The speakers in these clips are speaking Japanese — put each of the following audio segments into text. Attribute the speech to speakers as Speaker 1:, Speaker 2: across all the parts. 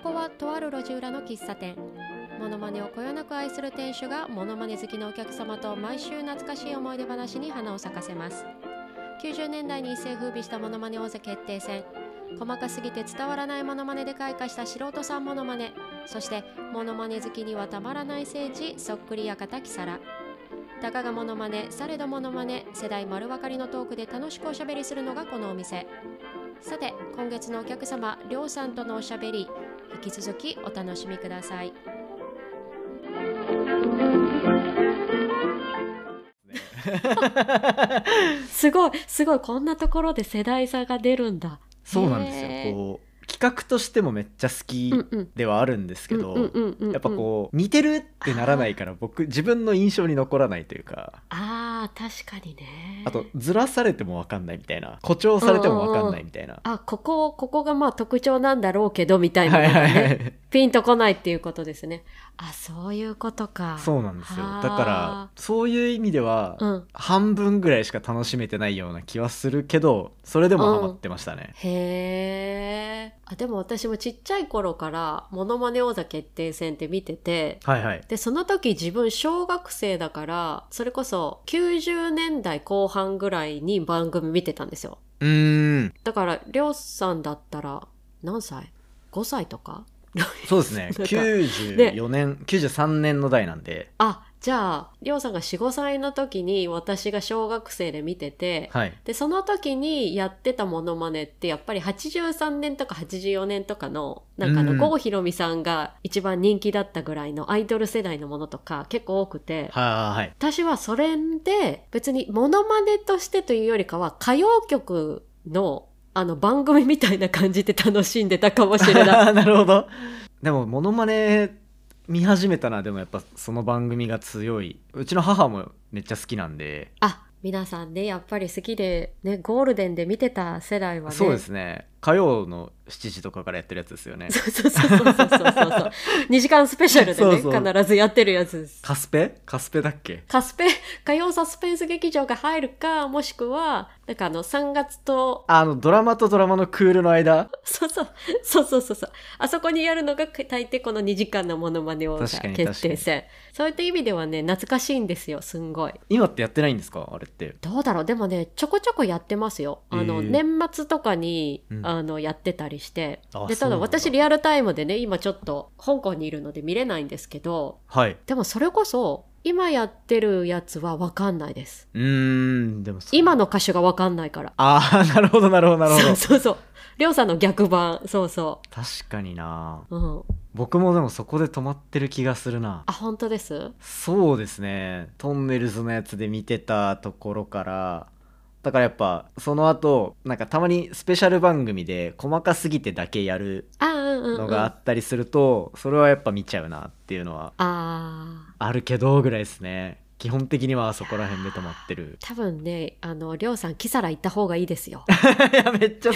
Speaker 1: 路地裏の喫茶店モノマネをこよなく愛する店主がモノマネ好きのお客様と毎週懐かしい思い出話に花を咲かせます90年代に一世風靡したモノマネ王座決定戦細かすぎて伝わらないモノマネで開花した素人さんモノマネそしてモノマネ好きにはたまらない聖地そっくり館キサラたかがモノマネされどモノマネ世代丸分かりのトークで楽しくおしゃべりするのがこのお店さて今月のお客様りょうさんとのおしゃべり引き続きお楽しみくださいすごいすごいこんなところで世代差が出るんだ
Speaker 2: そうなんですよ、
Speaker 1: へー
Speaker 2: こう企画としてもめっちゃ好き
Speaker 1: うんうん
Speaker 2: ではあるんですけど、やっぱ
Speaker 1: うん
Speaker 2: こう似てるってならないから僕自分の印象に残らないというか
Speaker 1: あー確かにね
Speaker 2: あとずらされても分かんないみたいな誇張されても分かんないみたいな。
Speaker 1: あここここがまあ特徴なんだろうけどみた
Speaker 2: はい
Speaker 1: いな
Speaker 2: は
Speaker 1: のがね、
Speaker 2: いはい、
Speaker 1: ピンとこないっていうことですねあそういうことか
Speaker 2: そうなんですよ
Speaker 1: はあ
Speaker 2: だからそういう意味では、
Speaker 1: うん
Speaker 2: 半分ぐらいしか楽しめてないような気はするけどそれでもハマってましたね、
Speaker 1: へえでも私もちっちゃい頃から「モノマネ王座決定戦」って見てて
Speaker 2: はいはい
Speaker 1: でその時自分小学生だからそれこそ90年代後半ぐらいに番組見てたんですよ
Speaker 2: うーん
Speaker 1: だからりょうさんだったら何歳 ?5 歳とか
Speaker 2: そうですね
Speaker 1: なんか
Speaker 2: 94年93年の代なんで
Speaker 1: あじゃありょうさんが45歳の時に私が小学生で見てて、
Speaker 2: はい
Speaker 1: でその時にやってたモノマネってやっぱり83年とか84年とかのなんかあの
Speaker 2: うん
Speaker 1: 郷ひろみさんが一番人気だったぐらいのアイドル世代のものとか結構多くて。
Speaker 2: はいはい
Speaker 1: 私はそれで別にモノマネとしてというよりかは歌謡曲のあの番組みたいな感じで楽しんでたかもしれな い。
Speaker 2: なるほどでもモノマネ見始めたのはでもやっぱその番組が強いうちの母もめっちゃ好きなんで、
Speaker 1: あ皆さんねやっぱり好きでねゴールデンで見てた世代はね
Speaker 2: そうですね火曜の7時とかからやってるやつです よね
Speaker 1: そうそうそうそうそうそ うそう。2時間スペシャルでね、
Speaker 2: そうそう
Speaker 1: 必ずやってるやつです。
Speaker 2: カスペカスペだっけ
Speaker 1: カスペ、火曜サスペンス劇場が入るか、もしくは、なんかあの、3月と、
Speaker 2: あのドラマとドラマのクールの間
Speaker 1: そうそう、そうそうそうそう。あそこにやるのが大抵この2時間のモノマネを
Speaker 2: 確かに
Speaker 1: 決定戦。そういった意味ではね、懐かしいんですよ、すんごい。
Speaker 2: 今ってやってないんですかあれって
Speaker 1: どうだろうでもね、ちょこちょこやってますよ。あ
Speaker 2: へ
Speaker 1: の、
Speaker 2: ー
Speaker 1: 年末とかに、
Speaker 2: うん
Speaker 1: あの、やってたりして。
Speaker 2: あ
Speaker 1: で、
Speaker 2: そ
Speaker 1: た
Speaker 2: うな
Speaker 1: だ
Speaker 2: んだ
Speaker 1: 私リアルタイムでね、今ちょっと香港にいるので見れないんですけど、
Speaker 2: はい
Speaker 1: でもそれこそ今やってるやつは分かんないです
Speaker 2: うーんでもそう
Speaker 1: 今の歌手が分かんないから
Speaker 2: ああなるほどなるほどなるほど
Speaker 1: そうそうそうりょうさんの逆版そうそ
Speaker 2: 確かにな
Speaker 1: ううん
Speaker 2: 僕もでもそこで止まってる気がするな
Speaker 1: あ本当です
Speaker 2: そうですねトンネルズのやつで見てたところからだからやっぱその後なんかたまにスペシャル番組で細かすぎてだけやる
Speaker 1: あうんうん、うん、
Speaker 2: のがあったりすると、それはやっぱ見ちゃうなっていうのは
Speaker 1: あー
Speaker 2: あるけどぐらいですね基本的にはそこら辺で止まってる
Speaker 1: 多分ねあのりょうさんキサラ行った方がいいですよ
Speaker 2: いやめっちゃ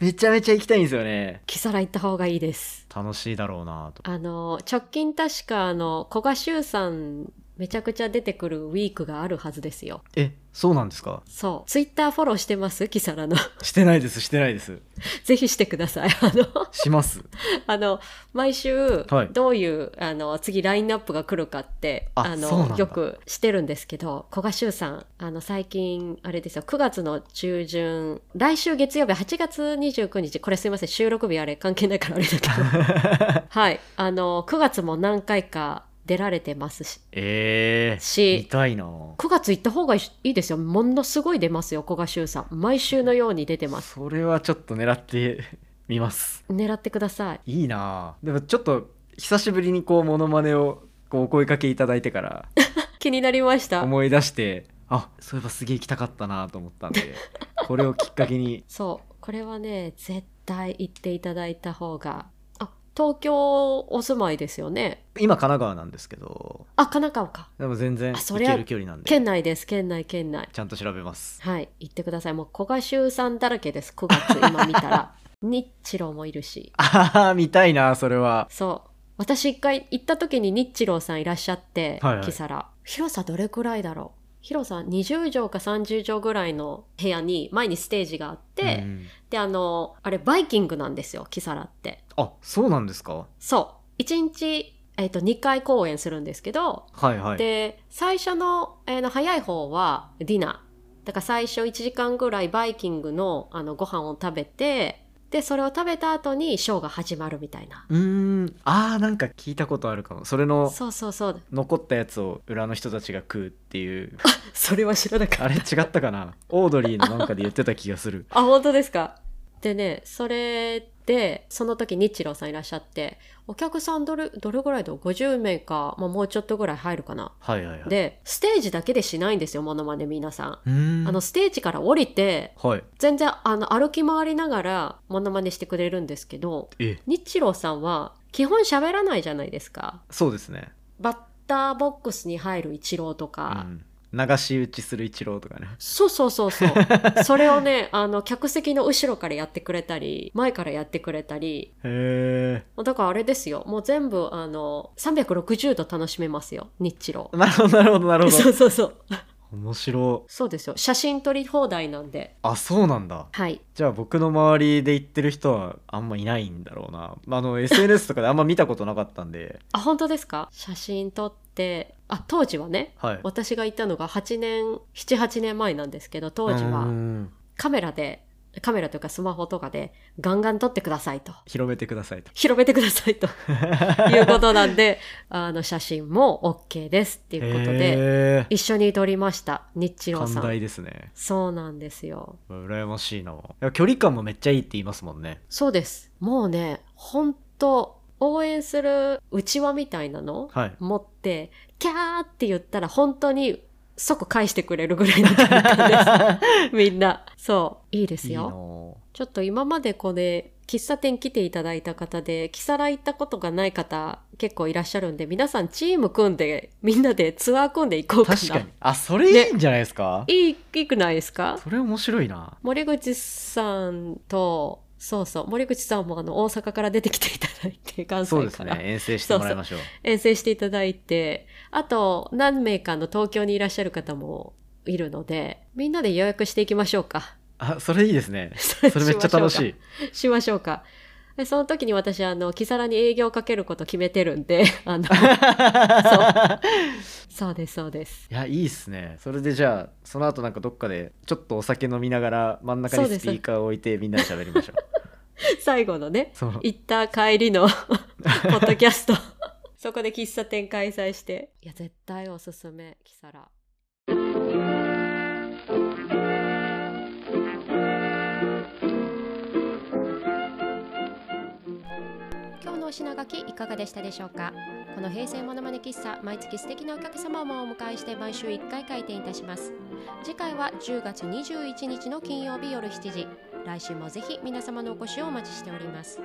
Speaker 2: めちゃめちゃ行きたいんですよね
Speaker 1: キサラ行った方がいいです
Speaker 2: 楽しいだろうなと
Speaker 1: あの直近確かあの古賀修さんめちゃくちゃ出てくるウィークがあるはずですよ
Speaker 2: えそうなんですか
Speaker 1: そうツイッターフォローしてますキサラの
Speaker 2: してないですしてないです
Speaker 1: ぜひしてください あの
Speaker 2: します
Speaker 1: あの毎週
Speaker 2: はい
Speaker 1: どういう、あの次ラインナップが来るかって
Speaker 2: あ
Speaker 1: あ
Speaker 2: そうなん
Speaker 1: の
Speaker 2: だ
Speaker 1: よくしてるんですけど古賀修さんあの最近あれですよ9月の中旬来週月曜日8月29日これすいません収録日あれ関係ないからあれだけど はいあの9月も何回か出られてますし
Speaker 2: えー、見
Speaker 1: し
Speaker 2: たいな
Speaker 1: 9月行った方がいいですよものすごい出ますよ古賀修さん毎週のように出てます
Speaker 2: それはちょっと狙ってみます
Speaker 1: 狙ってください
Speaker 2: いいなでもちょっと久しぶりにこうモノマネをこうお声かけいただいてから
Speaker 1: 気になりました
Speaker 2: 思い出してあそういえばすげえ行きたかったなと思ったん でこれをきっかけに
Speaker 1: そうこれはね絶対行っていただいた方があ東京お住まいですよね
Speaker 2: 今神奈川なんですけど
Speaker 1: あ神奈川か
Speaker 2: でも全然
Speaker 1: あ
Speaker 2: 行
Speaker 1: そりゃ
Speaker 2: ける距離なんで
Speaker 1: 県内です県内県内
Speaker 2: ちゃんと調べます
Speaker 1: はい行ってくださいもう古賀修さんだらけです9月今見た ら日チロもいるし
Speaker 2: ああ見たいなそれは
Speaker 1: そう私一回行った時に日チロさんいらっしゃって、
Speaker 2: はいはい
Speaker 1: キサラ広さどれくらいだろう広さ20畳か30畳ぐらいの部屋に前にステージがあって、
Speaker 2: うん
Speaker 1: であのあれバイキングなんですよキサラって
Speaker 2: あそうなんですか
Speaker 1: そう。 1日、えっと2回公演するんですけど、
Speaker 2: はいはい
Speaker 1: で最初の,、えーの早い方はディナーだから最初1時間ぐらいバイキングのあのご飯を食べてでそれを食べた後にショーが始まるみたいな
Speaker 2: うーんあーなんか聞いたことあるかもそれの
Speaker 1: そうそうそう
Speaker 2: 残ったやつを裏の人たちが食うっていう
Speaker 1: それは知らなかった
Speaker 2: あれ違ったかなオードリーのなんかで言ってた気がする
Speaker 1: あ本当ですかでねそれでその時日郎さんいらっしゃってお客さんどれどれぐらいだろう50名か、まあ、もうちょっとぐらい入るかな
Speaker 2: はいはいはい
Speaker 1: でステージだけでしないんですよモノマネ皆さん、
Speaker 2: うーん
Speaker 1: あのステージから降りて
Speaker 2: はい
Speaker 1: 全然あの歩き回りながらモノマネしてくれるんですけど
Speaker 2: え
Speaker 1: 日郎さんは基本喋らないじゃないですか
Speaker 2: そうですね、
Speaker 1: バッターボックスに入る一郎と
Speaker 2: う
Speaker 1: か、
Speaker 2: ん、流し打ちする一郎とかね
Speaker 1: そうそうそうそう それをねあの客席の後ろからやってくれたり前からやってくれたり
Speaker 2: へ
Speaker 1: だからあれですよもう全部あの360度楽しめますよ日郎
Speaker 2: えなるほどなるほどなるほ
Speaker 1: そう
Speaker 2: ど
Speaker 1: そうそう
Speaker 2: 面白
Speaker 1: そうですよ写真撮り放題なんで
Speaker 2: あそうなんだ
Speaker 1: はい
Speaker 2: じゃあ僕の周りで行ってる人はあんまいないんだろうなあの SNS とかであんま見たことなかったんで
Speaker 1: あ本当ですか写真撮ってあ当時はね
Speaker 2: はい
Speaker 1: 私が行ったのが8年78年前なんですけど当時
Speaker 2: うー
Speaker 1: は
Speaker 2: ん
Speaker 1: カメラでカメラというかスマホとかでガンガン撮ってくださいと
Speaker 2: 広めてくださいと
Speaker 1: 広めてください ということなんであの写真も OK ですっていうことで
Speaker 2: へえ
Speaker 1: 一緒に撮りました日郎
Speaker 2: 寛
Speaker 1: さん
Speaker 2: 大ですね
Speaker 1: そうなんですよ
Speaker 2: 羨ましいないや距離感もめっちゃいいって言いますもんね
Speaker 1: そうですもうね本当応援するうちわみたいなの
Speaker 2: はい
Speaker 1: 持ってキャーって言ったら本当に即返してくれるぐらいの距 離感ですみんな。そう。いいです
Speaker 2: いい
Speaker 1: よ。
Speaker 2: の
Speaker 1: ちょっと今までこれ、喫茶店来ていただいた方で、キサラ行ったことがない方結構いらっしゃるんで、皆さんチーム組んで、みんなでツアー組んでいこうかな。
Speaker 2: 確かにあそれいいんじゃないですか、
Speaker 1: いい、いいくないですか
Speaker 2: それ面白いな
Speaker 1: 森口さんと、そうそう、森口さんもあの、大阪から出てきていただいて、関
Speaker 2: そう
Speaker 1: 西
Speaker 2: です
Speaker 1: から
Speaker 2: ね。遠征してもらいましょう
Speaker 1: 遠征していただいて、あと何名かの東京にいらっしゃる方もいるので、みんなで予約していきましょうか。
Speaker 2: あそれいいですね
Speaker 1: そ
Speaker 2: それめっちゃ楽しい
Speaker 1: い。しましょうか。でその時に私、あの、キサラに営業をかけること決めてるんで、 あの、そうです、そうです。
Speaker 2: いやいいっすねそれでじゃあその後なんかどっかでちょっとお酒飲みながら真ん中に
Speaker 1: そうで
Speaker 2: ス
Speaker 1: す
Speaker 2: ピーカーを置いてみんなで喋り ましょう
Speaker 1: 最後のね、
Speaker 2: そう
Speaker 1: 行った帰りの 、ポッドキャスト。 そこで喫茶店開催して。いや、絶対おすすめ、キサラ。今日のお品書きいかがでしたでしょうかこの平成ものまね喫茶毎月素敵なお客様もお迎えして毎週1回開店いたします次回は10月21日の金曜日夜7時来週もぜひ皆様のお越しをお待ちしております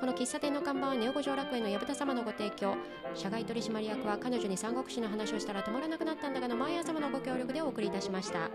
Speaker 1: この喫茶店の看板はネオ五条楽園の矢田様のご提供社外取締役は彼女に三国志の話をしたら止まらなくなったんだがの毎朝のご協力でお送りいたしました